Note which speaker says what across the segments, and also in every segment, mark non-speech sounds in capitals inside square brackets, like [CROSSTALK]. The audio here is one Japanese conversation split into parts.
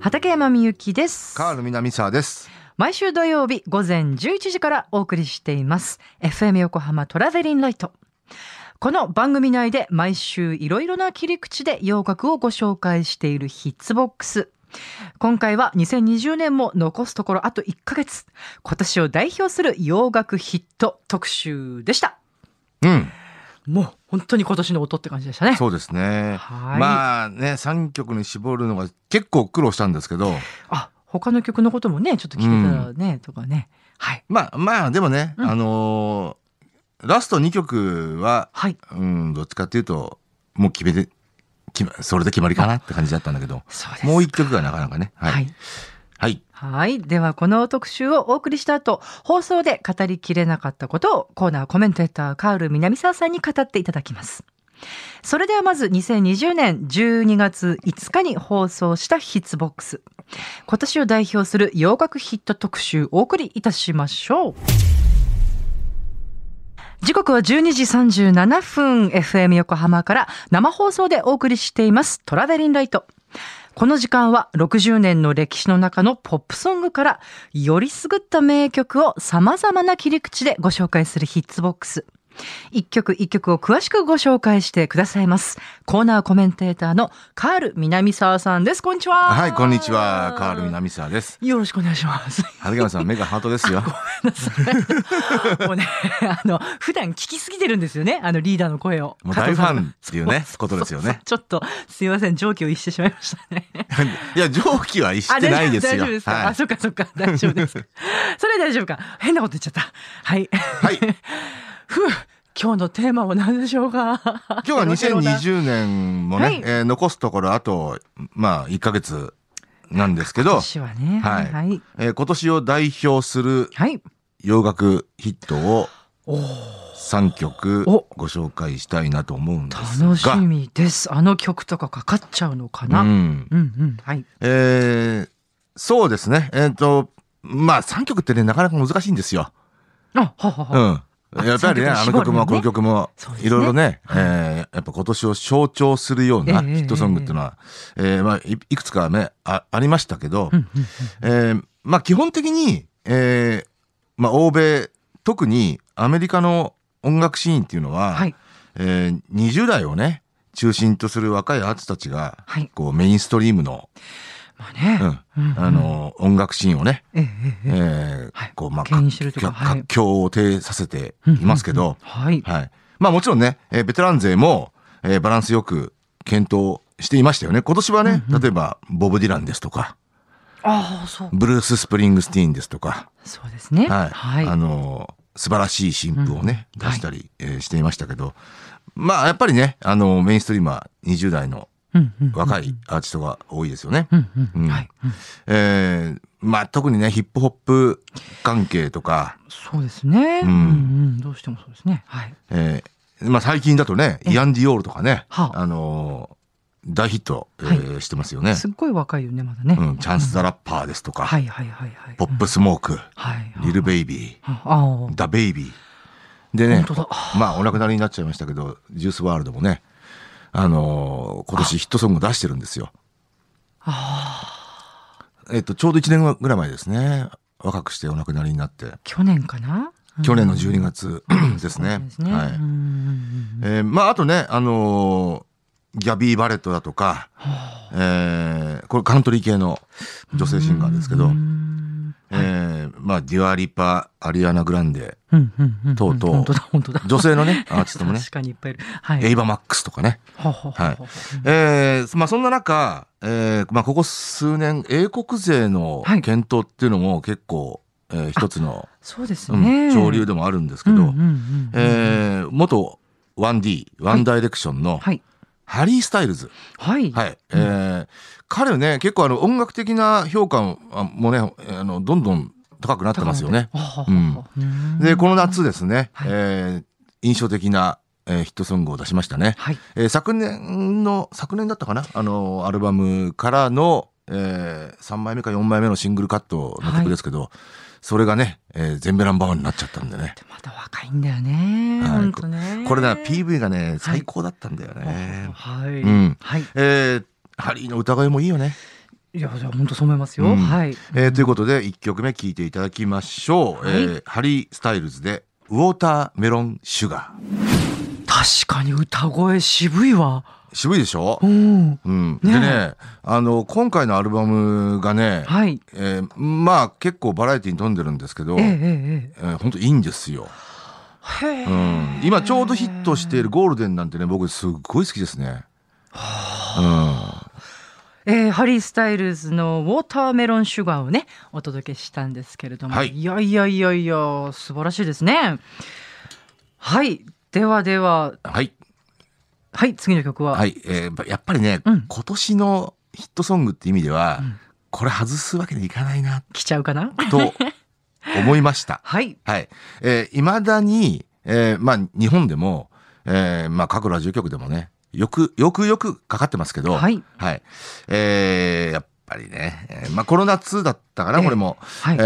Speaker 1: 畠山みゆきです
Speaker 2: カール南沢です。
Speaker 1: 毎週土曜日午前11時からお送りしています FM 横浜トラベリンライトこの番組内で毎週いろいろな切り口で洋楽をご紹介しているヒッツボックス今回は2020年も残すところあと1ヶ月今年を代表する洋楽ヒット特集でした
Speaker 2: うん、
Speaker 1: もう本当に今年の音って感じでしたね
Speaker 2: そうですね。
Speaker 1: [LAUGHS] はい
Speaker 2: まあね、三曲に絞るのが結構苦労したんですけど、
Speaker 1: あ他の曲のこともねちょっと聞けたらね、とかねはい
Speaker 2: まあまあでもね、
Speaker 1: うん
Speaker 2: あのーラスト二曲は、
Speaker 1: はい
Speaker 2: うん、どっちかっていうと、もう決めて、決まそれで決まりかなって感じだったんだけど、
Speaker 1: そうです
Speaker 2: もう一曲がなかなかね。はい。
Speaker 1: は
Speaker 2: はいい。
Speaker 1: はい。では、この特集をお送りした後、放送で語りきれなかったことをコーナーコメンテーター、カール南沢さんに語っていただきます。それではまず2020年12月5日に放送したヒッツボックス。今年を代表する洋楽ヒット特集お送りいたしましょう。時刻は12時37分 FM 横浜から生放送でお送りしていますトラベリンライト。この時間は60年の歴史の中のポップソングからよりすぐった名曲を様々な切り口でご紹介するヒッツボックス。一曲一曲を詳しくご紹介してくださいます。コーナーコメンテーターのカール南沢さんです。こんにちは。
Speaker 2: はい、こんにちは。カール南沢です。
Speaker 1: よろしくお願いします。
Speaker 2: 畠山さん、目がハートですよ。
Speaker 1: もうね、あの、普段聞きすぎてるんですよね。あのリーダーの声を。
Speaker 2: もう大ファ
Speaker 1: 加藤さん
Speaker 2: ンってい
Speaker 1: [LAUGHS]
Speaker 2: うね、ことですよね。
Speaker 1: ちょっと、すいません、上気を逸してしまいました
Speaker 2: [LAUGHS]
Speaker 1: ね。
Speaker 2: いや、上気はしてないです
Speaker 1: あ大丈
Speaker 2: よ。
Speaker 1: 夫ですか、
Speaker 2: は
Speaker 1: あ、そっかそっか、大丈夫です
Speaker 2: [LAUGHS]
Speaker 1: か。それは大丈夫か。変なこと言っちゃった。はい。
Speaker 2: い。はい。
Speaker 1: [LAUGHS] ふう今日のテーマは何でしょうか。
Speaker 2: 今日は
Speaker 1: 2020
Speaker 2: 2020年もね、
Speaker 1: はい
Speaker 2: えー残すところあと、まあ、1ヶ月なんですけど、
Speaker 1: 年はね、
Speaker 2: はい
Speaker 1: はい。
Speaker 2: えー今年を代表する
Speaker 1: はい。
Speaker 2: 洋楽ヒットを
Speaker 1: お
Speaker 2: 3曲
Speaker 1: お
Speaker 2: ご紹介したいなと思うんですが。
Speaker 1: 楽しみです。あの曲とかかかっちゃうのかな。
Speaker 2: う
Speaker 1: うん、
Speaker 2: ん
Speaker 1: うん、はい。
Speaker 2: えーそうですね。えっ、と、まあ3曲ってね、なかなか難しいんですよ。
Speaker 1: あ、はは
Speaker 2: う
Speaker 1: は。
Speaker 2: ん。やっぱりね、
Speaker 1: あ
Speaker 2: あ
Speaker 1: 三
Speaker 2: の
Speaker 1: 曲に絞るのね
Speaker 2: 曲もこの曲も
Speaker 1: そうですね
Speaker 2: いろいろね、えーやっぱ今年を象徴するような
Speaker 1: え
Speaker 2: ヒ
Speaker 1: え
Speaker 2: ットソングっていうのは、えーまあいいくつかね、あありましたけど、
Speaker 1: うん、うん、
Speaker 2: えーまあ基本的に、えーまあ欧米、特にアメリカの音楽シーンっていうのは、
Speaker 1: はい。
Speaker 2: えー20代をね、中心とする若いアーティストたちが、
Speaker 1: はい
Speaker 2: こうメインストリームの、
Speaker 1: まあね。
Speaker 2: うん
Speaker 1: うんうん
Speaker 2: あの、音楽シーンをね、
Speaker 1: ええええええ
Speaker 2: えー
Speaker 1: はい
Speaker 2: こう、まあ、
Speaker 1: 牽引してるというか
Speaker 2: 活
Speaker 1: はい
Speaker 2: 活況を呈させていますけど、
Speaker 1: はい。
Speaker 2: はい。まあもちろんね、えーベテラン勢も、えーバランスよく検討していましたよね。今年はね、例えば、ボブ・ディランですとか、
Speaker 1: ああ、そう。
Speaker 2: ブルース・スプリングスティーンですとか、
Speaker 1: そうですね。
Speaker 2: はい。
Speaker 1: はい。
Speaker 2: あの、素晴らしい新譜をね、
Speaker 1: うん
Speaker 2: 出したり、えーしていましたけど、まあ、やっぱりね、あの、メインストリーマー20代の
Speaker 1: うん、うん。
Speaker 2: 若いアーティストが多いですよね。
Speaker 1: うん、うん。
Speaker 2: うん
Speaker 1: はい。うん
Speaker 2: えーまあ、特にね、ヒップホップ関係とか、
Speaker 1: そうですね。う、
Speaker 2: うんん
Speaker 1: うん、どうしてもそうですね。はい。
Speaker 2: えーまあ、最近だとね、イアン・ディオールとかね、
Speaker 1: はあ
Speaker 2: あのー大ヒット、えーしてますよね。
Speaker 1: すっごい若いよね、まだね。
Speaker 2: うん、チャンス・ザ・ラッパーですとか、
Speaker 1: はいはいはいはい。
Speaker 2: ポップ・スモーク、
Speaker 1: はい。
Speaker 2: リル・ベイビ
Speaker 1: ああ
Speaker 2: ー、。ダ・ベイビー。でね
Speaker 1: 本当だ、
Speaker 2: まあ、お亡くなりになっちゃいましたけど、ジュース・ワールドもね、あのー今年ヒットソング出してるんですよ。えっと、ちょうど1年ぐらい前ですね。若くしてお亡くなりになって。
Speaker 1: 去年かな
Speaker 2: 去年の12月ですね。
Speaker 1: ですね。
Speaker 2: は
Speaker 1: う
Speaker 2: い
Speaker 1: んう。ん
Speaker 2: えーまああとね、あのーギャビー・バレットだとか、えーこれカントリー系の女性シンガーですけど、えーまあデュア・リパ、アリアナ・グランデ、
Speaker 1: うんうんうん。
Speaker 2: とうとう
Speaker 1: 本当だ本当だ。
Speaker 2: 女性
Speaker 1: [LAUGHS]
Speaker 2: のね、アーティストもね、
Speaker 1: 確かにいっぱいいる。はい。
Speaker 2: エイバ・マックスとかね。
Speaker 1: ははは
Speaker 2: はい
Speaker 1: は。
Speaker 2: えーまあそんな中、えーまあここ数年、英国勢の
Speaker 1: はい
Speaker 2: 検討っていうのも結構、えー一つの、
Speaker 1: そうです
Speaker 2: うん
Speaker 1: ね。
Speaker 2: 潮流
Speaker 1: だ
Speaker 2: でもあるんですけど、
Speaker 1: え。
Speaker 2: えー元 1D、ワンダイレクションの
Speaker 1: はい。
Speaker 2: ハリー・スタイルズ。
Speaker 1: はい。
Speaker 2: はい。えー彼ね、結構あの音楽的な評価もあもうね、あの、どんどん高くなってますよね。
Speaker 1: はははは。うん
Speaker 2: で、この夏ですね、
Speaker 1: はい
Speaker 2: えー印象的な、えーヒットソングを出しましたね。
Speaker 1: はい。
Speaker 2: えー昨年の、昨年だったかなあの、アルバムからの、え3枚目か4枚目のシングルカットの曲ですけど、それがね、えー全米ナンバーワンになっちゃったんでね。
Speaker 1: でまだ若いんだよね。
Speaker 2: はい
Speaker 1: 本当ね。
Speaker 2: これだ、
Speaker 1: ー
Speaker 2: PV がね、最高だったんだよね。
Speaker 1: はい。
Speaker 2: うん
Speaker 1: はい。
Speaker 2: えーハリーの歌声もいいよね。
Speaker 1: いや、じゃあ本当そう思いますよ。
Speaker 2: うん
Speaker 1: はい。
Speaker 2: えーということで1曲目聴いていただきましょう、
Speaker 1: はい
Speaker 2: えーハリー・スタイルズで「ウォーターメロン・シュガー
Speaker 1: 確かに歌声渋いわ。」
Speaker 2: 渋いでしょ
Speaker 1: う、ん。
Speaker 2: うん
Speaker 1: ねえ
Speaker 2: でねあの今回のアルバムがね、
Speaker 1: はい。
Speaker 2: えーまあ結構バラエティに富んでるんですけど、
Speaker 1: ええ
Speaker 2: え
Speaker 1: え
Speaker 2: ーほんといいんですよ、
Speaker 1: えええ。へ
Speaker 2: う
Speaker 1: え。
Speaker 2: ん、今ちょうどヒットしている「ゴールデン」なんてね僕すっごい好きですね。
Speaker 1: えーハリー・スタイルズの「ウォーターメロン・シュガー」をねお届けしたんですけれども、
Speaker 2: はい
Speaker 1: いやいやいやいや素晴らしいですね。はいではでは
Speaker 2: うん、はい
Speaker 1: はい次の曲は、
Speaker 2: はい、えーやっぱりね、
Speaker 1: うん
Speaker 2: 今年のヒットソングって意味では、
Speaker 1: うん
Speaker 2: これ外すわけにいかないな
Speaker 1: 来ちゃうかな
Speaker 2: と思いました。
Speaker 1: はい
Speaker 2: はい。えー、未だに、えーまあ、日本でも、えーまあ、各ラジオ局でもね、よく、よくよくかかってますけど、
Speaker 1: はい。
Speaker 2: えーやっぱりね、えーまあ、この夏だったか
Speaker 1: え
Speaker 2: ら、
Speaker 1: え
Speaker 2: これも、
Speaker 1: は
Speaker 2: え
Speaker 1: い、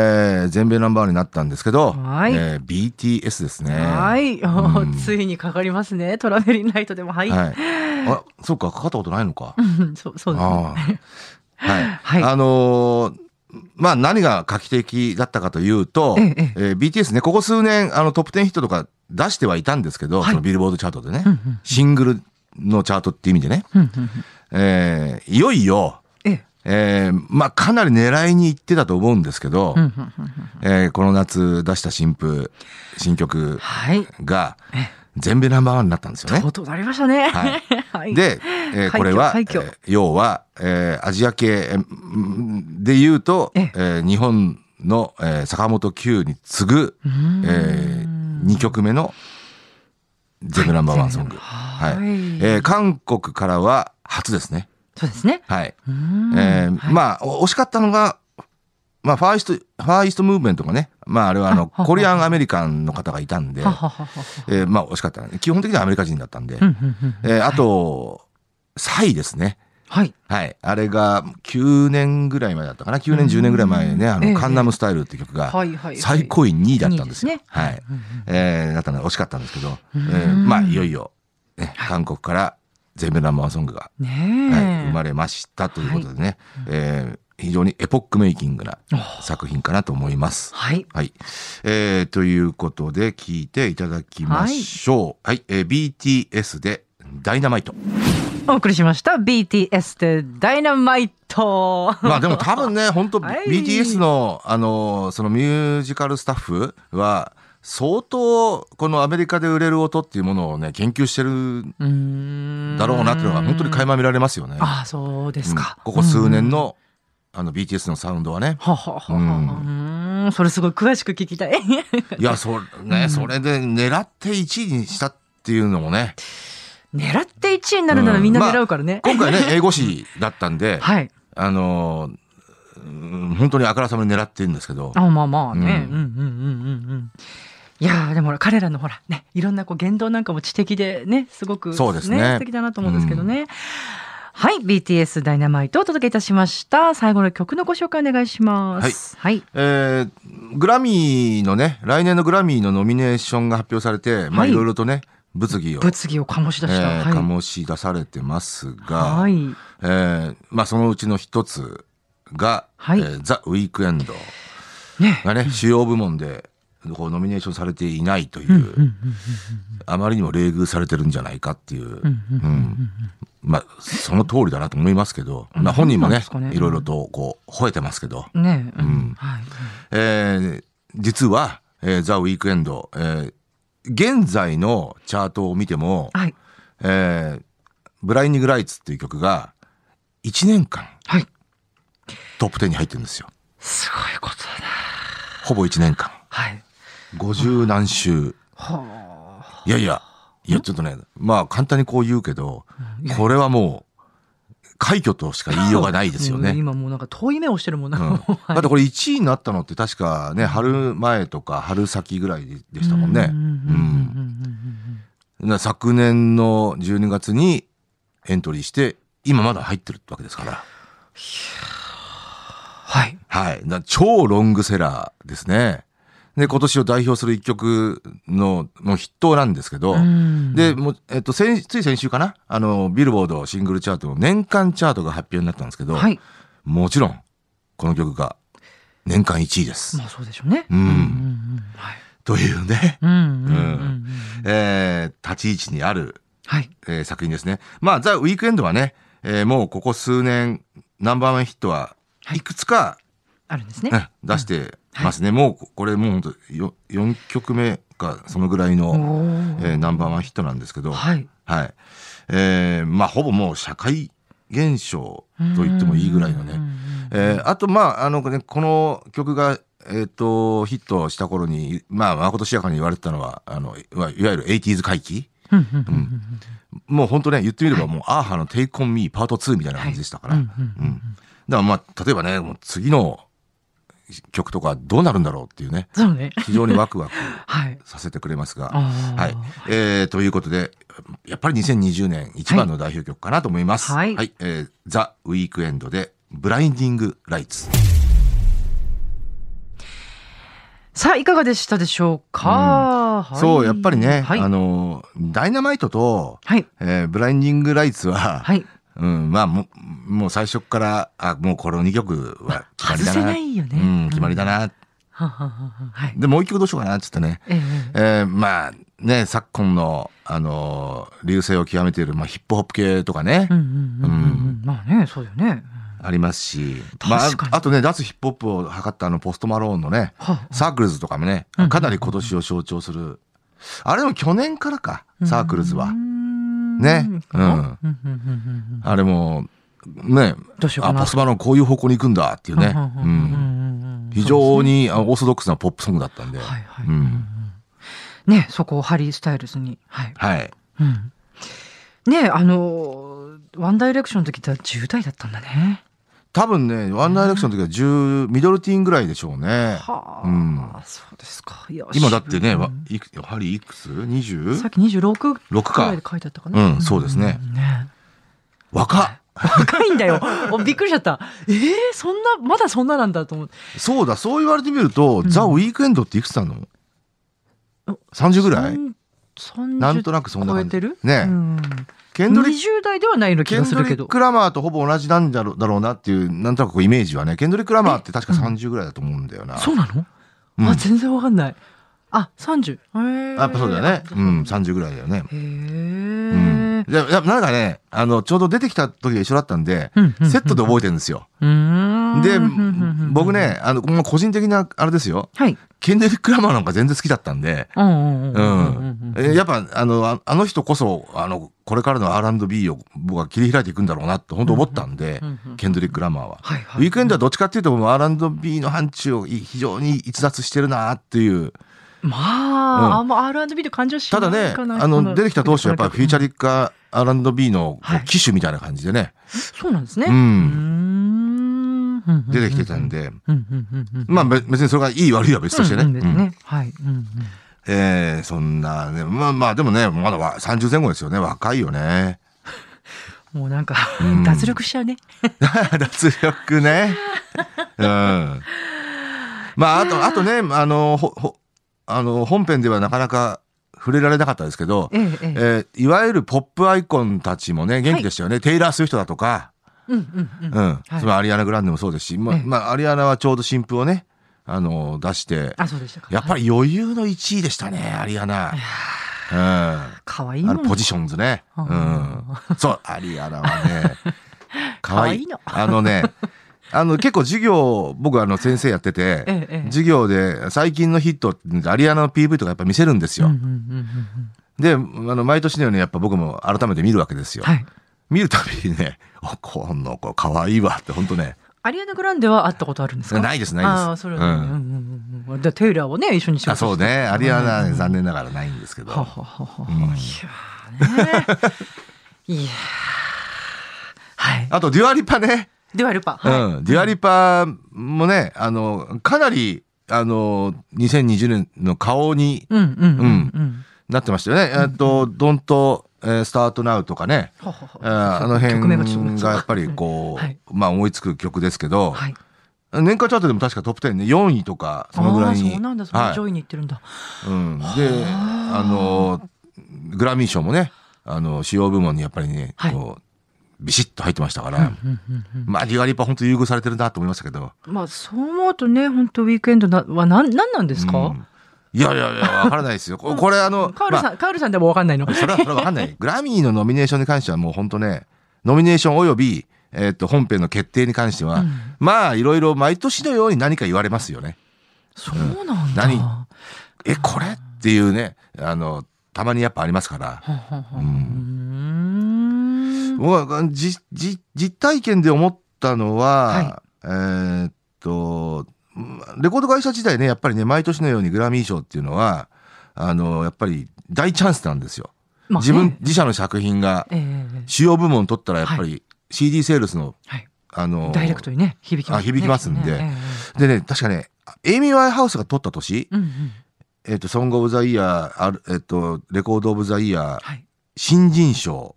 Speaker 2: ー全米ナンバーワンになったんですけど、
Speaker 1: はい
Speaker 2: えー BTS ですね。
Speaker 1: はい、
Speaker 2: うん
Speaker 1: [LAUGHS] ついにかかりますねトラベリンライトでもはい、
Speaker 2: はい。あ、そうか、かかったことないのか。
Speaker 1: うんそうそうですね
Speaker 2: ああ。はい。
Speaker 1: はい
Speaker 2: あのーまあ何が画期的だったかというと、
Speaker 1: え
Speaker 2: え
Speaker 1: ええ
Speaker 2: ー BTS ね、ここ数年、あの、トップ10ヒットとか出してはいたんですけど、
Speaker 1: はい
Speaker 2: そのビルボードチャートでね、
Speaker 1: うんうん
Speaker 2: シングルのチャートって意味でね、
Speaker 1: うんうんうん
Speaker 2: えーいよいよ、
Speaker 1: ええ
Speaker 2: えーまあかなり狙いに行ってたと思うんですけど、
Speaker 1: うんうんうんうん
Speaker 2: えーこの夏出した新譜、新曲
Speaker 1: はい
Speaker 2: が
Speaker 1: ええ
Speaker 2: 全米ナンバーワンになったんですよね
Speaker 1: と。うとうなりましたね
Speaker 2: はい
Speaker 1: はい
Speaker 2: で、え
Speaker 1: 快挙
Speaker 2: ーこれは、え
Speaker 1: 快挙
Speaker 2: ー要は、えーアジア系えーんで言うと、
Speaker 1: え
Speaker 2: え
Speaker 1: え
Speaker 2: ー日本の、えー坂本九に次ぐ、
Speaker 1: うーん
Speaker 2: え2曲目の全部ナンバーワンソング。
Speaker 1: は
Speaker 2: はいい
Speaker 1: はい
Speaker 2: えー韓国からは初ですね。
Speaker 1: そうですね
Speaker 2: はい。
Speaker 1: うーん
Speaker 2: えー
Speaker 1: はい
Speaker 2: まあ、お惜しかったのが、まあ、ファーイスト、ファーイストムーブメントがね、まあ、あれはあの、
Speaker 1: あはは
Speaker 2: コリアンアメリカンの方がいたんで、
Speaker 1: はははは
Speaker 2: えーまあ、惜しかった。基本的にはアメリカ人だったんで、
Speaker 1: うんうんうん
Speaker 2: えーあと、サイですね。
Speaker 1: はい。
Speaker 2: はい。あれが9年ぐらい前だったかな。9年、10年ぐらい前ね、あ
Speaker 1: ええ
Speaker 2: の、カンナムスタイルっていう曲が、
Speaker 1: いはい
Speaker 2: 最高位2位だったんですよ。
Speaker 1: 二位ですね
Speaker 2: はい。えー、だったので惜しかったんですけど、え
Speaker 1: ん
Speaker 2: ーまあ、いよいよ、ね、韓国から全米ナンバーワンソングが、
Speaker 1: ね
Speaker 2: はい、生ま
Speaker 1: れ
Speaker 2: れましたということでね、えー非常にエポックメイキングな作品かなと思います。
Speaker 1: はい。
Speaker 2: はい。えー、ということで、聞いていただきましょう。はい、えー、BTS で、ダイナマイト。
Speaker 1: お送りしました。BTS でダイナマイト。
Speaker 2: まあでも多
Speaker 1: [LAUGHS]
Speaker 2: 分ね、本当
Speaker 1: はい
Speaker 2: BTS の、あの、そのミュージカルスタッフは、相当、このアメリカで売れる音っていうものをね、研究してる
Speaker 1: うーん
Speaker 2: だろうなっていうのが、本当に垣間見られますよね。
Speaker 1: ああ、そうですか
Speaker 2: うん。ここ数年の、あの、BTS のサウンドは
Speaker 1: う
Speaker 2: ね。
Speaker 1: ん。ははははは。うーんそれすごい詳しく聞きたい。 [LAUGHS]
Speaker 2: いや、そ、ね、それで狙って1位にしたっていうのもね、
Speaker 1: 狙って1位になるならみんな狙うからね。
Speaker 2: 今回ね、英語詞だったんで、
Speaker 1: はい。
Speaker 2: あの、うん本当にあからさまに狙ってるんですけど、
Speaker 1: あまあまあね。ううんうんう
Speaker 2: うんん
Speaker 1: んうん。いやーでもほら彼らのほらねいろんなこう言動なんかも知的でねすごく
Speaker 2: そうですね
Speaker 1: 素敵だなと思うんですけどね。はい BTS ダイナマイトをお届けいたしました。最後の曲のご紹介お願いします。はい。
Speaker 2: えーグラミーのね、来年のグラミーのノミネーションが発表されて、ま
Speaker 1: は
Speaker 2: あ
Speaker 1: い
Speaker 2: いろいろとね、物議を、
Speaker 1: 物議を醸し
Speaker 2: え
Speaker 1: 出した。
Speaker 2: ー醸し出されてますが、
Speaker 1: はい。
Speaker 2: えーまあそのうちの一つが、
Speaker 1: はい
Speaker 2: えーザ・ウィークエンド
Speaker 1: ね。
Speaker 2: がね、主要部門で、こうノミネーションされていないとい
Speaker 1: う
Speaker 2: う、
Speaker 1: んうんうん
Speaker 2: あまりにも冷遇されてるんじゃないかっていう、
Speaker 1: うんうんうん
Speaker 2: うんまあその通りだなと思いますけど、まあ本人
Speaker 1: な
Speaker 2: も
Speaker 1: ん
Speaker 2: ね
Speaker 1: ですかね、
Speaker 2: いろいろとこう吠えてますけど、
Speaker 1: うんね。う
Speaker 2: うん
Speaker 1: んはい。
Speaker 2: えー実は、えー、ザ・ウィークエンド、えー現在のチャートを見ても、
Speaker 1: はい。
Speaker 2: えーブライニング・ライツっていう曲が、1年間
Speaker 1: はい。
Speaker 2: トップ10に入ってるんですよ。
Speaker 1: すごいことだな。
Speaker 2: ほぼ1年間。
Speaker 1: はい。
Speaker 2: 50何週。
Speaker 1: はあ。
Speaker 2: いやいや、いやちょっとね、まあ簡単にこう言うけど
Speaker 1: うんいや、
Speaker 2: これはもう、快挙としか言いようがないですよ
Speaker 1: うん
Speaker 2: ね。
Speaker 1: 今もうなんか遠い目をしてるもんな。
Speaker 2: うん、だってこれ1位になったのって確かね、春前とか春先ぐらいででしたもんね。
Speaker 1: う
Speaker 2: うんな昨年の12月にエントリーして今まだ入ってるわけですから、
Speaker 1: はい。
Speaker 2: はい、な超ロングセラーですねで、今年を代表する一曲の、の筆頭なんですけど、
Speaker 1: うん
Speaker 2: で、もう、えっと、先つい先週かなあの、ビルボードシングルチャートの年間チャートが発表になったんですけど、
Speaker 1: はい。
Speaker 2: もちろん、この曲が年間1位です。
Speaker 1: まあそうでしょうね。
Speaker 2: うん
Speaker 1: うんうんはい。
Speaker 2: というね、
Speaker 1: うんうんうんうんうん
Speaker 2: えー立ち位置にある、
Speaker 1: はい。
Speaker 2: えー作品ですね。まあ、ザ・ウィークエンドはね、えーもうここ数年、ナンバーワンヒットは
Speaker 1: はい
Speaker 2: いくつか、
Speaker 1: あるんですね。
Speaker 2: ね出してますね。もうこ、これもう本当よ4曲目か、そのぐらい
Speaker 1: お
Speaker 2: の、
Speaker 1: ー
Speaker 2: えーナンバーワンヒットなんですけど、
Speaker 1: はい。
Speaker 2: はい。えーまあ、ほぼもう社会現象と言ってもいいぐらいの
Speaker 1: うんうん
Speaker 2: ね。えーあと、まあ、あの、ね、この曲が、えっ、と、ヒットした頃に、まあ、誠しやかに言われてたのは、あの、いわいわゆる 80s 回帰。
Speaker 1: うんうんうんうん
Speaker 2: もう本当ね、言ってみればもう、アーハの Take on Me パート2みたいな感じでしたから。
Speaker 1: うんう
Speaker 2: うんんだからまあ、例えばね、もう次の曲とかどうなるんだろうっていうね、
Speaker 1: そうね。 [LAUGHS]
Speaker 2: 非常にワクワク
Speaker 1: はい。
Speaker 2: させてくれますが。
Speaker 1: [LAUGHS] あー
Speaker 2: はい。えーということで、やっぱり2020年一番の代表曲かなと思います。
Speaker 1: はい
Speaker 2: えーザ・ウィークエンドで、ブラインディング・ライツ。
Speaker 1: さあ、いかがでしたでしょうか、はい
Speaker 2: そう、やっぱりね、
Speaker 1: はい。
Speaker 2: あの、ダイナマイトと、
Speaker 1: はい。
Speaker 2: えーブラインディング・ライツは、
Speaker 1: はい。
Speaker 2: うん、まあもう、もう最初から、あ、もうこの2曲は決まり
Speaker 1: 外
Speaker 2: だな。
Speaker 1: せないよね。
Speaker 2: うん、決まりだな。
Speaker 1: はははははい。
Speaker 2: で、もう1曲どうしようかな、つってね。
Speaker 1: ええ
Speaker 2: えーまあね、昨今の、あの、流星を極めている、まあ、ヒップホップ系とかね、
Speaker 1: うんうんうんうんうん。まあね、そうだよね。
Speaker 2: ありますし、
Speaker 1: 確かに
Speaker 2: まあ、あとね、脱ヒップホップを図ったあの、ポストマローンのね、
Speaker 1: は
Speaker 2: サークルズとかもね、
Speaker 1: うん
Speaker 2: かなり今年を象徴する。あれでも去年からか、サークルズは。
Speaker 1: ね
Speaker 2: ね
Speaker 1: うん
Speaker 2: うん
Speaker 1: うんうんうんうん。
Speaker 2: あれも、ね、
Speaker 1: どうしようか
Speaker 2: あ、
Speaker 1: な。
Speaker 2: ポストマローンこういう方向に行くんだっていうね。
Speaker 1: う
Speaker 2: うん
Speaker 1: うんうんんうん
Speaker 2: 非常にあオーソドックスなポップソングだったんで。
Speaker 1: はいはい。
Speaker 2: う。
Speaker 1: うんうんんねそこをハリー・スタイルズに。はい。
Speaker 2: はい。
Speaker 1: うんねあの、ワンダイレクションの時って10代だったんだね。
Speaker 2: 多分ね、ワンダイレクションの時は10、ミドルティーンぐらいでしょうね。
Speaker 1: はあ、
Speaker 2: うん
Speaker 1: そうですか。いや
Speaker 2: 今だってね、わ
Speaker 1: 渋
Speaker 2: いくやはりいくつ
Speaker 1: いさっ
Speaker 2: ?20?
Speaker 1: き26
Speaker 2: 六
Speaker 1: く
Speaker 2: から
Speaker 1: いで書いてあったかな。
Speaker 2: うんそうですね
Speaker 1: んね
Speaker 2: 若
Speaker 1: 若いんだよ。 [LAUGHS] おびっくりしちゃった。えー、そんな、まだそんななんだと思って。
Speaker 2: っそうだ、そう言われてみると、
Speaker 1: ん
Speaker 2: ザ・ウィークエンドっていくつなの
Speaker 1: お
Speaker 2: ?30 ぐらいなんと
Speaker 1: な
Speaker 2: なくそんな
Speaker 1: 超え
Speaker 2: 感じ
Speaker 1: て。る
Speaker 2: ね
Speaker 1: うん
Speaker 2: ケンドリック
Speaker 1: 20代ではないような気
Speaker 2: ケ
Speaker 1: が
Speaker 2: ン
Speaker 1: す
Speaker 2: ド
Speaker 1: る
Speaker 2: リ
Speaker 1: け
Speaker 2: ッ
Speaker 1: ど。
Speaker 2: ク・ラマーとほぼ同じなんだろうだろうなっていう、なんとなくこうイメージはね、ケンドリック・ラマーって確か30ぐらいだと思うんだよな。
Speaker 1: そうなの、
Speaker 2: うん
Speaker 1: あ、全然わかんない。あ、30。へー
Speaker 2: あやっぱそうだよね。うん、30ぐらいだよね。
Speaker 1: へえ、
Speaker 2: うん。いやいやなんかね、あの、ちょうど出てきた時が一緒だったんで、
Speaker 1: うんうん
Speaker 2: セットで覚えてるんですよ。
Speaker 1: うーん
Speaker 2: で
Speaker 1: うんうんうんうん、
Speaker 2: 僕ね、あの、もう個人的な、あれですよ。
Speaker 1: はい。
Speaker 2: ケンドリック・ラマーなんか全然好きだったんで、
Speaker 1: うんうんうん
Speaker 2: う
Speaker 1: うん
Speaker 2: ん
Speaker 1: うん。。
Speaker 2: えやっぱ、あの、ああの人こそ、あの、これからの R&B を僕は切り開いていくんだろうなって本当思ったんで
Speaker 1: うんうんうんうん、
Speaker 2: ケンドリック・ラマーは。
Speaker 1: はいは
Speaker 2: ウ
Speaker 1: い。
Speaker 2: ィークエンドはどっちかっていうと、もう R&B の範疇を非常に逸脱してるなっていう。
Speaker 1: ま
Speaker 2: うん
Speaker 1: あ、あんま R&B で感情した
Speaker 2: だ
Speaker 1: ない
Speaker 2: ね、
Speaker 1: かな
Speaker 2: あの、出てきた当初、やっぱフィーチャ
Speaker 1: リ
Speaker 2: リック R&B のこ
Speaker 1: はいう
Speaker 2: 機種みたいな感じでね、
Speaker 1: そうなんですね。
Speaker 2: う
Speaker 1: うー
Speaker 2: ん、
Speaker 1: ん。
Speaker 2: 出てきてたん
Speaker 1: で。
Speaker 2: で、
Speaker 1: うんうんうんうん。
Speaker 2: まあべ別にそれがいい悪いは別としてね。
Speaker 1: うんうん別に
Speaker 2: うん
Speaker 1: ね。はい。うんうん
Speaker 2: えーそんなね、まあまあでもね、まだわ30前後ですよね、若いよね。 [LAUGHS]
Speaker 1: もうなんか
Speaker 2: うん、
Speaker 1: 脱力しちゃうね。
Speaker 2: 脱力ね。 [LAUGHS] うん。まあ、あと、あとね、あの、ほ、ほ、あの、本編ではなかなか触れられなかったですけど、
Speaker 1: ええ、ええ。
Speaker 2: えーいわゆるポップアイコンたちもね、元気でしたよね。テイラー・スウィフトだとか、
Speaker 1: うんうんう
Speaker 2: う
Speaker 1: ん。
Speaker 2: ん。
Speaker 1: はい
Speaker 2: そのアリアナ・グランデもそうですし、ま
Speaker 1: ええ
Speaker 2: まあ、アリアナはちょうど新譜をね、あの、出して、
Speaker 1: あ、そうでしたか。
Speaker 2: やっぱり余裕の1位でしたね、アリアナ。
Speaker 1: いや
Speaker 2: うん。あ
Speaker 1: 可愛いも
Speaker 2: の、
Speaker 1: ん。
Speaker 2: ポジションズね。う
Speaker 1: あ
Speaker 2: ん。そう、アリアナは
Speaker 1: [LAUGHS]
Speaker 2: ね、可愛い
Speaker 1: 可愛いの
Speaker 2: あのね、あの、結構授業、僕あの、先生やってて、
Speaker 1: ええええ
Speaker 2: 授業で最近のヒットって、アリアナの PV とかやっぱ見せるんですよ。
Speaker 1: うんうんうんうん
Speaker 2: で、あの、毎年のようにやっぱ僕も改めて見るわけです
Speaker 1: うん
Speaker 2: よ。
Speaker 1: はい。
Speaker 2: 見るたびにね、 [LAUGHS] おこの子可愛いわって本当ね、
Speaker 1: アリアナ・グランデは会ったことあるんですか
Speaker 2: ないですないです
Speaker 1: ああ、それはね。
Speaker 2: う
Speaker 1: うんんうんうんうん。で、テイラーをね、一緒に仕
Speaker 2: あ
Speaker 1: 事して
Speaker 2: そうね、アリアナはね
Speaker 1: うん
Speaker 2: 残念ながらないんですけど、
Speaker 1: ははははは。
Speaker 2: ん
Speaker 1: いや
Speaker 2: [LAUGHS]
Speaker 1: ーね。いやーはい。
Speaker 2: あとデュアリパね、
Speaker 1: デュアルパ。はい
Speaker 2: うん、デュアリパもね、あの、かなり、あの、2020年の顔に
Speaker 1: うんうんうんうん。
Speaker 2: なってましたよね。えっと、ドンと、えースタートナウとかね、
Speaker 1: ははは
Speaker 2: あーあの辺
Speaker 1: 曲名がちょっと思いつ
Speaker 2: が
Speaker 1: か
Speaker 2: やっぱりこ
Speaker 1: [LAUGHS]
Speaker 2: う、
Speaker 1: はい
Speaker 2: まあ思いつく曲ですけど、
Speaker 1: はい。
Speaker 2: 年間チャートでも確かトップ10ね4位とかそのぐらい
Speaker 1: あー
Speaker 2: に
Speaker 1: そうなんだ、その
Speaker 2: はい
Speaker 1: 上位に行ってるんだ。
Speaker 2: うん、であのグラミー賞もねあの主要部門にやっぱりね、
Speaker 1: はい
Speaker 2: こうビシッと入ってましたから、
Speaker 1: うんうんうん
Speaker 2: まあリアリッパ本当優遇されてるなと思いましたけど
Speaker 1: まあそう思うとね、本当ウィークエンドなはなんなんなんです
Speaker 2: う
Speaker 1: か？
Speaker 2: んいやいやい
Speaker 1: [LAUGHS]
Speaker 2: やわからないですよここれあの
Speaker 1: カールさん、カールさんでもわかんないの
Speaker 2: まあ。それはそれはわか
Speaker 1: [LAUGHS]
Speaker 2: んないグラミーのノミネーションに関してはもう本当ねノミネーションおよび、えっと本編の決定に関しては、
Speaker 1: うん
Speaker 2: まあいろいろ毎年のように何か言われますよね
Speaker 1: そうなんだ。
Speaker 2: 何えこれっていうねあのたまにやっぱありますから
Speaker 1: ははは
Speaker 2: う
Speaker 1: うーん
Speaker 2: 僕はじじ実体験で思ったのは、えーっとレコード会社時代ねやっぱりね毎年のようにグラミー賞っていうのはあのやっぱり大チャンスなんですよ。
Speaker 1: まあ
Speaker 2: 自分
Speaker 1: ね
Speaker 2: 自社の作品が
Speaker 1: ええ
Speaker 2: 主要部門取ったらやっぱり CD セールスの、
Speaker 1: はい
Speaker 2: あの
Speaker 1: ダイレクトにね響きますね
Speaker 2: あ響きますんで
Speaker 1: えええ
Speaker 2: でね確かねエイミー・ワイハウスが取った年
Speaker 1: えうんうん
Speaker 2: 「えっとソング・オブ・ザ・イヤーある」えっと「レコード・オブ・ザ・イヤー
Speaker 1: はい」
Speaker 2: 新人賞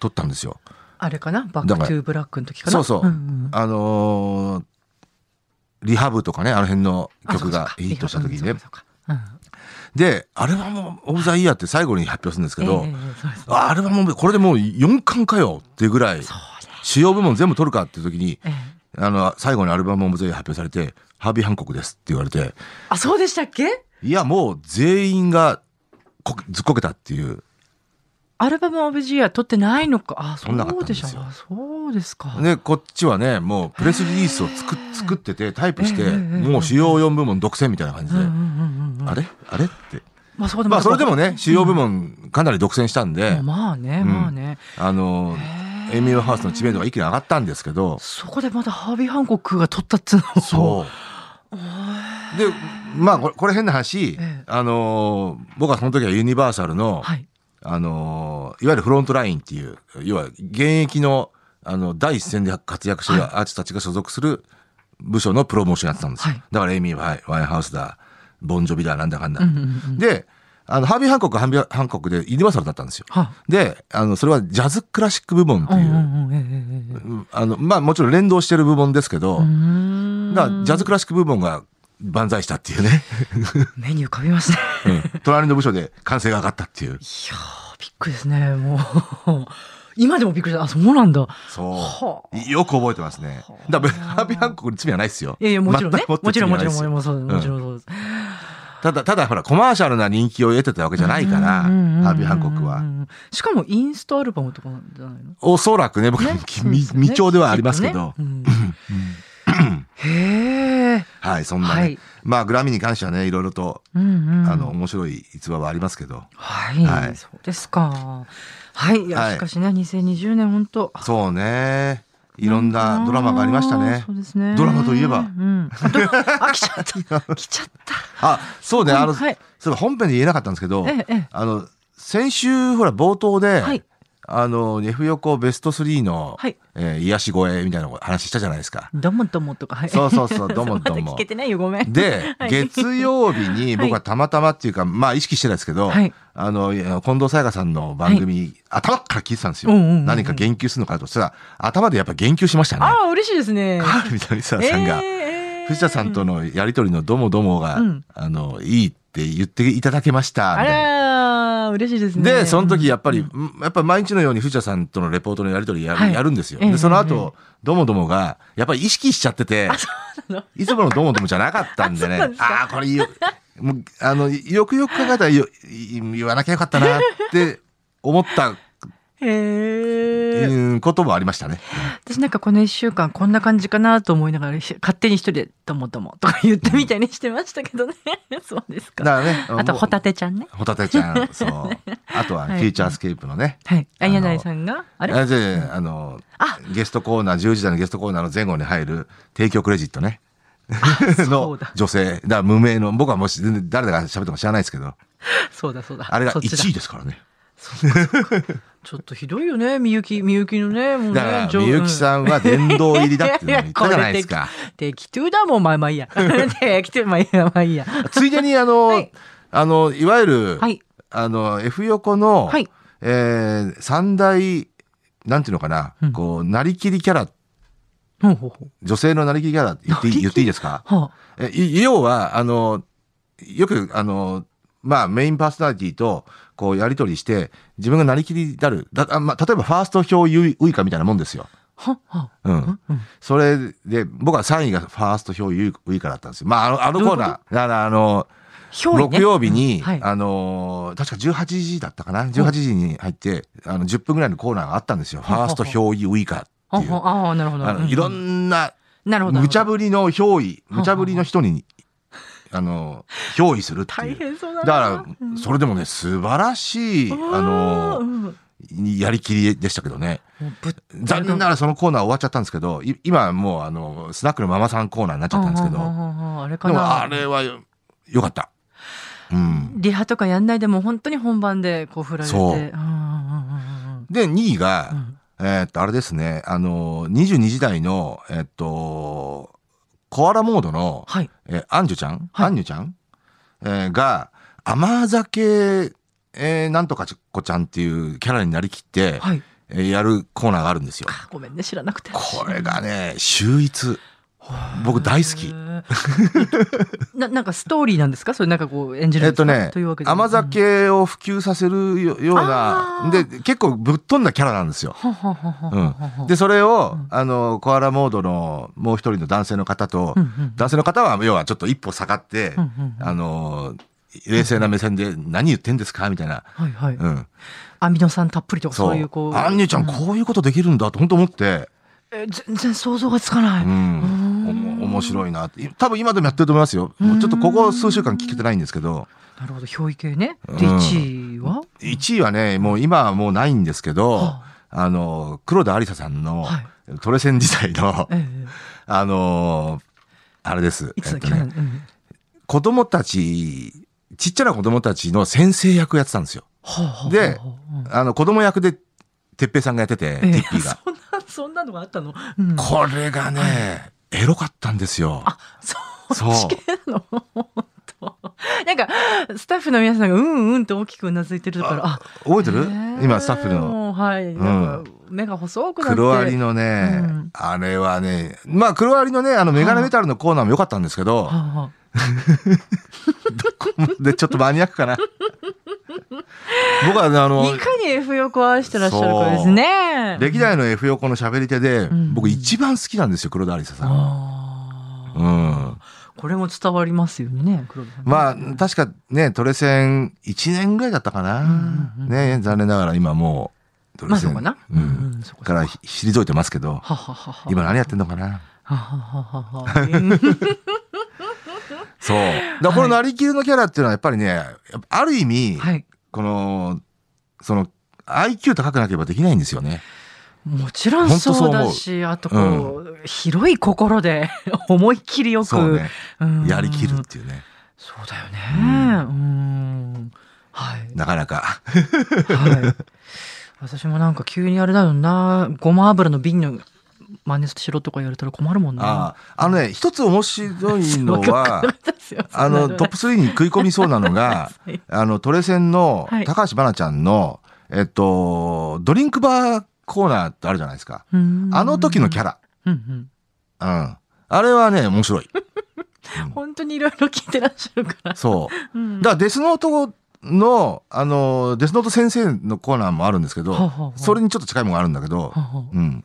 Speaker 2: 取ったんですよ。
Speaker 1: あれかなバッ
Speaker 2: だか
Speaker 1: ク
Speaker 2: ら
Speaker 1: トゥーブラックの時かな
Speaker 2: そうそうん
Speaker 1: ん
Speaker 2: あのーリハブとかね、あの辺の
Speaker 1: あ
Speaker 2: 曲
Speaker 1: そう
Speaker 2: が
Speaker 1: かそうか
Speaker 2: ヒットした時に
Speaker 1: そ
Speaker 2: ね
Speaker 1: うか。そうかそうか
Speaker 2: で、アルバムオブザイヤーって最後に発表するんです
Speaker 1: う
Speaker 2: け
Speaker 1: ん
Speaker 2: ど、
Speaker 1: ええええそうですね
Speaker 2: あアルバムオブこれでもう4巻かよっていうぐらい、
Speaker 1: そうね
Speaker 2: 主要部門全部取るかっていう時に、
Speaker 1: ええ
Speaker 2: あの、最後にアルバムオブザイヤー発表されて、ハービー・ハンコックですって言われて、
Speaker 1: あそうでしたっけ
Speaker 2: いや、もう全員がこずっこけたっていう。
Speaker 1: アルバムオブジーア取ってないのかあそ
Speaker 2: 取んなかった
Speaker 1: うんで
Speaker 2: で
Speaker 1: すし
Speaker 2: よ
Speaker 1: ょうそうですか
Speaker 2: で、こっちはね、もうプレスリリースを作っ
Speaker 1: へー
Speaker 2: 作ってて、タイプして、
Speaker 1: ええええ
Speaker 2: もう主要4部門独占みたいな感じ
Speaker 1: うん
Speaker 2: で
Speaker 1: うん、うんうん
Speaker 2: あれあれって。
Speaker 1: まあそこ
Speaker 2: まあそれでもね、主要部
Speaker 1: 門
Speaker 2: 門かなり独占したんで、
Speaker 1: まあね
Speaker 2: うん
Speaker 1: まあね
Speaker 2: あの、
Speaker 1: へ
Speaker 2: エイミー・ワイハウスの知名度が一気に上がったんですけど、
Speaker 1: そこでまたハービー・ハンコックが取ったっつうのう
Speaker 2: そう。で、まあこれこれ変な話、
Speaker 1: ええ
Speaker 2: あの、僕はその時はユニバーサルの、
Speaker 1: はい
Speaker 2: あの、いわゆるフロントラインっていう、要は現役の、あの、第一線で活躍してるアーティストたちが所属する部署のプロモーションやってたんですよ。
Speaker 1: はい
Speaker 2: だからエイミー・ワイワイハウスだ、ボンジョビだ、なんだかんだ。
Speaker 1: うんうんうん
Speaker 2: で、あの、ハービー・ハンコックはハービーハンコックでユニバーサルだったんですよ。
Speaker 1: は
Speaker 2: で、あの、それはジャズクラシック部門って
Speaker 1: うん
Speaker 2: いうう、
Speaker 1: んうんええええええ
Speaker 2: うんあの、まあもちろん連動してる部門ですけど、
Speaker 1: うーん
Speaker 2: だからジャズクラシック部門が万歳したっていうね、
Speaker 1: [LAUGHS] 目に浮かびますね
Speaker 2: うん隣の部署で歓声が上がったっていう
Speaker 1: い。や [LAUGHS] ーびっくりですねもう [LAUGHS] 今でもびっくりしたあそうなんだ
Speaker 2: そ
Speaker 1: はあ
Speaker 2: う。よく覚えてますね。だから、ハービー・ハンコックに罪はないですよ。
Speaker 1: いやいやもちろんね
Speaker 2: 全くって
Speaker 1: もちろんもちろん
Speaker 2: 罪
Speaker 1: もち
Speaker 2: は
Speaker 1: ろ
Speaker 2: ない
Speaker 1: んそうもちろん
Speaker 2: うん
Speaker 1: そうです
Speaker 2: ですよただ、ただほら、コマーシャルな人気を得てたわけじゃないか
Speaker 1: う
Speaker 2: ら、
Speaker 1: んうんうんうん
Speaker 2: ハービー・ハンコック
Speaker 1: う
Speaker 2: は。
Speaker 1: んしかもインストアルバムとかなんじゃないの
Speaker 2: おそらくね、僕、
Speaker 1: ね
Speaker 2: 未未調ではありますけど、
Speaker 1: きっとねうんへえ
Speaker 2: はい、そんなね、
Speaker 1: はい
Speaker 2: まあ、グラミーに関してはね、いろいろと、
Speaker 1: うんうん
Speaker 2: あの、面白い逸話はありますけど、
Speaker 1: はい、
Speaker 2: はい
Speaker 1: そうですか。はい、いや
Speaker 2: はい
Speaker 1: しかしね、2020年本当。
Speaker 2: そうね、いろんなドラマがありましたね
Speaker 1: そ。うですね。
Speaker 2: ドラマといえば
Speaker 1: うん。あドラあ、来ちゃ
Speaker 2: [LAUGHS]
Speaker 1: った。来ちゃった。
Speaker 2: あ、そうね、あの、
Speaker 1: はい。
Speaker 2: そういえば本編で言えなかったんですけど、
Speaker 1: ええええ、
Speaker 2: あの、先週、ほら、冒頭で、
Speaker 1: はい。
Speaker 2: あの、F 横ベスト3の、
Speaker 1: はい
Speaker 2: えー癒し声みたいな話したじゃないで
Speaker 1: [LAUGHS]
Speaker 2: すか。
Speaker 1: どうもどうもとか。はい
Speaker 2: そうそ
Speaker 1: [LAUGHS]
Speaker 2: うそうどうもどう
Speaker 1: ま
Speaker 2: も
Speaker 1: だ聞けてないよ、ごめん。
Speaker 2: で、
Speaker 1: はい
Speaker 2: 月曜日に僕はたまたまっていうか、まあ意識してたんですけど、
Speaker 1: はい
Speaker 2: あの、いや近藤沙耶香さんの番組、頭から聞いてたんですよ。
Speaker 1: うんうんうんうん
Speaker 2: 何か言及するのかなとしたら、頭でやっぱ言及しましたね。
Speaker 1: ああ、嬉しいですね。
Speaker 2: カ [LAUGHS] ールみたいさんが、
Speaker 1: えー
Speaker 2: 藤田さんと。のやりとりのどもどもが、
Speaker 1: うん
Speaker 2: あの、いいって言っていただけました、み
Speaker 1: あ
Speaker 2: たいな。
Speaker 1: らー、嬉しいですね。
Speaker 2: で、その時やっぱり、
Speaker 1: うん
Speaker 2: んやっぱ毎日のように藤田さんとのレポートのやり取りや,、
Speaker 1: はい
Speaker 2: やるんですよ。
Speaker 1: ええ
Speaker 2: で、その
Speaker 1: ええ
Speaker 2: 後、どもどもが、やっぱり意識しちゃってて、いつものどもどもじゃなかったん
Speaker 1: [LAUGHS]
Speaker 2: で
Speaker 1: あ
Speaker 2: ね
Speaker 1: そうなんで、すか
Speaker 2: ああー、これよ、もう、あの、よくよく考えたらよい言わなきゃよかったなって思
Speaker 1: [LAUGHS]
Speaker 2: った、
Speaker 1: へえ。
Speaker 2: うんこともありましたね。
Speaker 1: 私なんかこの一週間こんな感じかなと思いながらひ勝手に一人で「どうもどうも」とか言ってみたいにしてましたけどねそうですか
Speaker 2: だからね、
Speaker 1: あと
Speaker 2: もう
Speaker 1: ホタテちゃんね
Speaker 2: ホタテち
Speaker 1: [LAUGHS]
Speaker 2: ゃん、そう。あとは、フ
Speaker 1: はい
Speaker 2: ューチャースケープのね。
Speaker 1: はいあ
Speaker 2: あの
Speaker 1: 柳井さんがあれ
Speaker 2: あじゃあじゃああの
Speaker 1: あ
Speaker 2: ゲストコーナー10時台のゲストコーナーの前後に入る提供クレジットね
Speaker 1: そ
Speaker 2: の
Speaker 1: うだ
Speaker 2: 女性だから無名の僕はもし全然誰だか喋っても知らないですけど
Speaker 1: そうだそうだ
Speaker 2: あれが
Speaker 1: そっちだ
Speaker 2: 1位ですからね
Speaker 1: ちょっとひどいよねみゆきみゆきのねもうね
Speaker 2: だから
Speaker 1: 上
Speaker 2: みゆきさんは殿堂入りだっていうのに言ったじゃないで
Speaker 1: [LAUGHS]
Speaker 2: す
Speaker 1: いや
Speaker 2: か
Speaker 1: これ適適当だもんまあまあいいや [LAUGHS] 適当まあいいやまあいいや
Speaker 2: ついでにあの、
Speaker 1: はい
Speaker 2: い、あのいわゆる、
Speaker 1: はい
Speaker 2: あの F 横の、
Speaker 1: はい
Speaker 2: えー三大なんていうのかな、
Speaker 1: うん
Speaker 2: こうなりきりキャラ
Speaker 1: ほうほうほう
Speaker 2: 女性のなりきりキャラって言ってい
Speaker 1: なりき
Speaker 2: い
Speaker 1: り
Speaker 2: 言っていいですか
Speaker 1: は
Speaker 2: えい要はあのよくあのまあメインパーソナリティとこうやり取りして自分がなりきりになるだあ、まあ、例えばファースト表ウイウイカみたいなもんですよ。
Speaker 1: あ、はあ、は
Speaker 2: う
Speaker 1: あ、うん
Speaker 2: ん、
Speaker 1: うん
Speaker 2: それで僕は3位がファースト表ウイカだったんですよ。まああのあのコーナー
Speaker 1: どういう
Speaker 2: だからあの
Speaker 1: 憑依ね
Speaker 2: 木曜日に、
Speaker 1: はい
Speaker 2: あのー確か18時だったかな18時に入ってあの10分ぐらいのコーナーがあったんですよ「フ
Speaker 1: ほうほう
Speaker 2: ァースト憑依ウイカ」っていう
Speaker 1: あああなるほど。
Speaker 2: あ
Speaker 1: う
Speaker 2: の
Speaker 1: う
Speaker 2: いろんな
Speaker 1: なるほど。
Speaker 2: 無茶ぶりの憑依
Speaker 1: ほうほう
Speaker 2: 無茶ぶりの人にあの憑依するってい
Speaker 1: 大
Speaker 2: う
Speaker 1: 変そう
Speaker 2: だ
Speaker 1: だな。
Speaker 2: からそれでもね素晴らしいあ
Speaker 1: うんう
Speaker 2: の
Speaker 1: んも
Speaker 2: やりきりでしたけどね
Speaker 1: うぶっ
Speaker 2: 残念ながらそのコーナー終わっちゃったんですけどい今はもうあのスナックのママさんコーナーになっちゃったんですけど
Speaker 1: あああああれか
Speaker 2: でも
Speaker 1: な。
Speaker 2: あれはよよかった。うん
Speaker 1: リハとかやんないでも本当に本番でこう振られて。
Speaker 2: そう
Speaker 1: うんうんうんうん
Speaker 2: で、2位
Speaker 1: う
Speaker 2: が、
Speaker 1: ん
Speaker 2: えーっと、あれですね、あの、22時台の、えーっと、コアラモードの、
Speaker 1: はい。
Speaker 2: えーアンジュちゃん、
Speaker 1: はい
Speaker 2: アンニュちゃん、えーが、甘酒、えーなんとかちっこちゃんっていうキャラになりきって、
Speaker 1: はい。
Speaker 2: えーやるコーナーがあるんですよ。
Speaker 1: あごめんね、知らなくて。
Speaker 2: これがね、秀逸。僕大好き
Speaker 1: へー。な、なんかストーリーなんですかそれなんかこう演じる
Speaker 2: え
Speaker 1: ん
Speaker 2: っ
Speaker 1: です
Speaker 2: と
Speaker 1: か
Speaker 2: ね
Speaker 1: というわけ、で
Speaker 2: 甘。酒を普及させるよような
Speaker 1: あ、
Speaker 2: で、
Speaker 1: ー
Speaker 2: 結構ぶっ飛んだキャラなんですよ。
Speaker 1: うんはははは
Speaker 2: うん
Speaker 1: はは
Speaker 2: で、それを、
Speaker 1: うん
Speaker 2: あの、コアラモードのもう一人の男性の方と、
Speaker 1: うんうん
Speaker 2: 男性の方は、要はちょっと一歩下がって、
Speaker 1: うんうんうん
Speaker 2: あの、冷静な目線で、何言ってんですかみたいな。
Speaker 1: はいはい。
Speaker 2: うん。
Speaker 1: アミノ酸たっぷりとかそういうこう。
Speaker 2: アンニュちゃん、こういうことできるんだと本当思って、
Speaker 1: え全然想像がつかな
Speaker 2: う
Speaker 1: い。
Speaker 2: ん。おも面白いなって。多分今でもやってると思いますよ。もうちょっとここ数週間聞けてないんですけど、
Speaker 1: なるほど、憑依系ね。で、
Speaker 2: うん
Speaker 1: 1位は、
Speaker 2: 1位はね、もう今はもうないんですけど、
Speaker 1: は
Speaker 2: あの、黒田有沙さんの、
Speaker 1: はい
Speaker 2: トレセン時代の
Speaker 1: え、え
Speaker 2: あの、あれです。
Speaker 1: いつだっけ、
Speaker 2: えっとね
Speaker 1: うん
Speaker 2: 子供たち、ちっちゃな子供たちの先生役やってたんですよ。
Speaker 1: はあはあはあ
Speaker 2: で
Speaker 1: うん
Speaker 2: あの、子供役で、てっぺいさんがやってて、テ
Speaker 1: え
Speaker 2: ィ
Speaker 1: え
Speaker 2: ッピーが。
Speaker 1: そんな、そんなのがあったの、うん
Speaker 2: これがね、エロかったんですよ。
Speaker 1: あ、そう、
Speaker 2: そう
Speaker 1: 地形なの本当なんか、スタッフの皆さんがうんうんって大きくうなずいてるから、あ、
Speaker 2: 覚えてる
Speaker 1: へえ
Speaker 2: 今、スタッフの。
Speaker 1: もうはい、なんか目が細くなって。
Speaker 2: 黒アリのね、
Speaker 1: うん
Speaker 2: あれはね、まあ黒アリのね、あのメガネメタルのコーナーも良かったんですけど
Speaker 1: は、あはあ
Speaker 2: [LAUGHS] で、ちょっとマニアッ
Speaker 1: [LAUGHS]
Speaker 2: クかな。僕はね、あの
Speaker 1: い、かに F 横を愛してらっしゃるかですね。
Speaker 2: 歴代の F 横の喋り手で
Speaker 1: ん、
Speaker 2: 僕一番好きなんですよ、黒田有沙さん。
Speaker 1: あ
Speaker 2: う
Speaker 1: ー
Speaker 2: ん。
Speaker 1: これも伝わりますよね、黒田さんね
Speaker 2: まあ、確かね、トレセン1年ぐらいだったかな。
Speaker 1: うんうんうん
Speaker 2: ね、残念ながら今もう、ト
Speaker 1: ま
Speaker 2: レ
Speaker 1: あ
Speaker 2: セ
Speaker 1: そ
Speaker 2: ン、
Speaker 1: うかな。
Speaker 2: うん
Speaker 1: ん、そこ
Speaker 2: からひ退いてますけど、
Speaker 1: はははは。
Speaker 2: 今何やってんのかな。
Speaker 1: ははははは。うん
Speaker 2: [LAUGHS] そう。だからこのなりきりのキャラっていうのはやっぱりね、やっぱある意味、
Speaker 1: はい。
Speaker 2: この、その、IQ 高くなければできないんですよね。
Speaker 1: もちろん
Speaker 2: 本当そう
Speaker 1: そう
Speaker 2: 思う
Speaker 1: だし、あとこう、広い心で [LAUGHS] 思いっきりよく、
Speaker 2: そうね。
Speaker 1: うん
Speaker 2: やりきるっていうね。
Speaker 1: そうだよね。うん。はい。
Speaker 2: なかなか。
Speaker 1: はい。私もなんか急にあれだよな、ごま油の瓶の真似しろとか言われたら困るもんな。
Speaker 2: ああ、あのね、一つ面白い
Speaker 1: [LAUGHS]
Speaker 2: のは、あ
Speaker 1: あ、
Speaker 2: の、トップ3に食い込みそうなのが
Speaker 1: [LAUGHS] はい
Speaker 2: あの、トレセンの
Speaker 1: はい
Speaker 2: 高橋愛菜ちゃんの、えっと、ドリンクバーコーナーってあるじゃないですか。あの時のキャ
Speaker 1: ラ。
Speaker 2: ラ。
Speaker 1: うんうん
Speaker 2: うん。あれはね、面白い。
Speaker 1: 本当にいろいろ聞いてらっしゃるから。
Speaker 2: そう。
Speaker 1: うん
Speaker 2: だから、デスノートの、あの、デスノート先生のコーナーもあるんですけ
Speaker 1: はあ
Speaker 2: ど
Speaker 1: はあは、あ
Speaker 2: それにちょっと近いものがあるんだけど
Speaker 1: は、あはあ
Speaker 2: うん。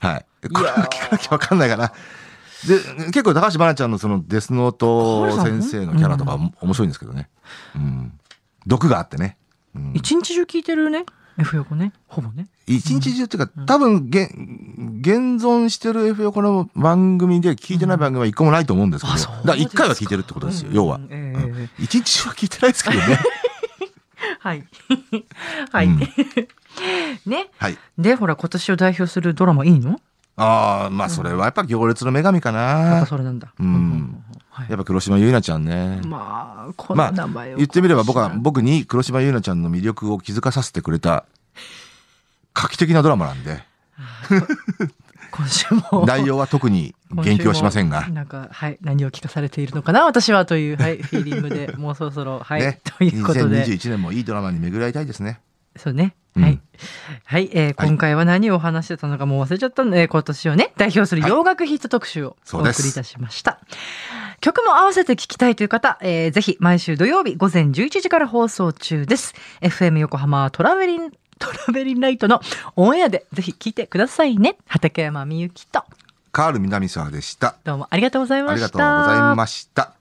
Speaker 2: はい。これは聞かなきゃわかんないかな。で、結構高橋愛菜ちゃんのそのデスノート先生のキャラとかも面白いんですけどね。うん。毒があってね。うん
Speaker 1: 一日中聞いてるね F 横ねほぼね
Speaker 2: 一日中っていうか、多分現、現存してる F 横の番組で聞いてない番組は一個もないと思うんですけど、
Speaker 1: あそうです
Speaker 2: だから一回は聞いてるってことですよ、
Speaker 1: うん
Speaker 2: 要は。
Speaker 1: うん
Speaker 2: 一、
Speaker 1: ええ
Speaker 2: 日中は聞いてないですけど
Speaker 1: [LAUGHS]
Speaker 2: ね。
Speaker 1: はい [LAUGHS] はい、
Speaker 2: うん
Speaker 1: [LAUGHS] ね
Speaker 2: はい。
Speaker 1: でほら今年を代表するドラマいいの
Speaker 2: ああ、まあそれはやっぱ行列の女神か
Speaker 1: やっぱ
Speaker 2: な。
Speaker 1: それなんだ
Speaker 2: うん
Speaker 1: はい
Speaker 2: やっぱ黒島結菜ちゃんね。
Speaker 1: まあこの
Speaker 2: まあ
Speaker 1: 名前を、
Speaker 2: 言ってみれば僕は、僕に黒島結菜ちゃんの魅力を気づかさせてくれた画期的なドラマなんで、
Speaker 1: 今週も
Speaker 2: 内容は特に言及はしません
Speaker 1: 今
Speaker 2: が
Speaker 1: 週も。なんかはい何を聞かされているのかな私はというはいフィーリングでもうそろそろはい、
Speaker 2: ね、
Speaker 1: ということで
Speaker 2: 2021年もいいドラマに巡り合いたいですね。
Speaker 1: そうね
Speaker 2: うん
Speaker 1: はい。はい、えー
Speaker 2: はい
Speaker 1: 今回は何をお話してたのかもう忘れちゃったんで、えー今年をね、代表する洋楽ヒット特集をお
Speaker 2: そう
Speaker 1: 送
Speaker 2: です
Speaker 1: りいたしました。曲も合わせて聴きたいという方、えーぜひ毎週土曜日午前11時から放送中です。FM 横浜トラベリン、トラベリンライトのオンエアでぜひ聴いてくださいね。畠山みゆきと、
Speaker 2: カール南沢でした
Speaker 1: どうもありがとうござい
Speaker 2: あ
Speaker 1: ま
Speaker 2: り
Speaker 1: した。
Speaker 2: がとうございました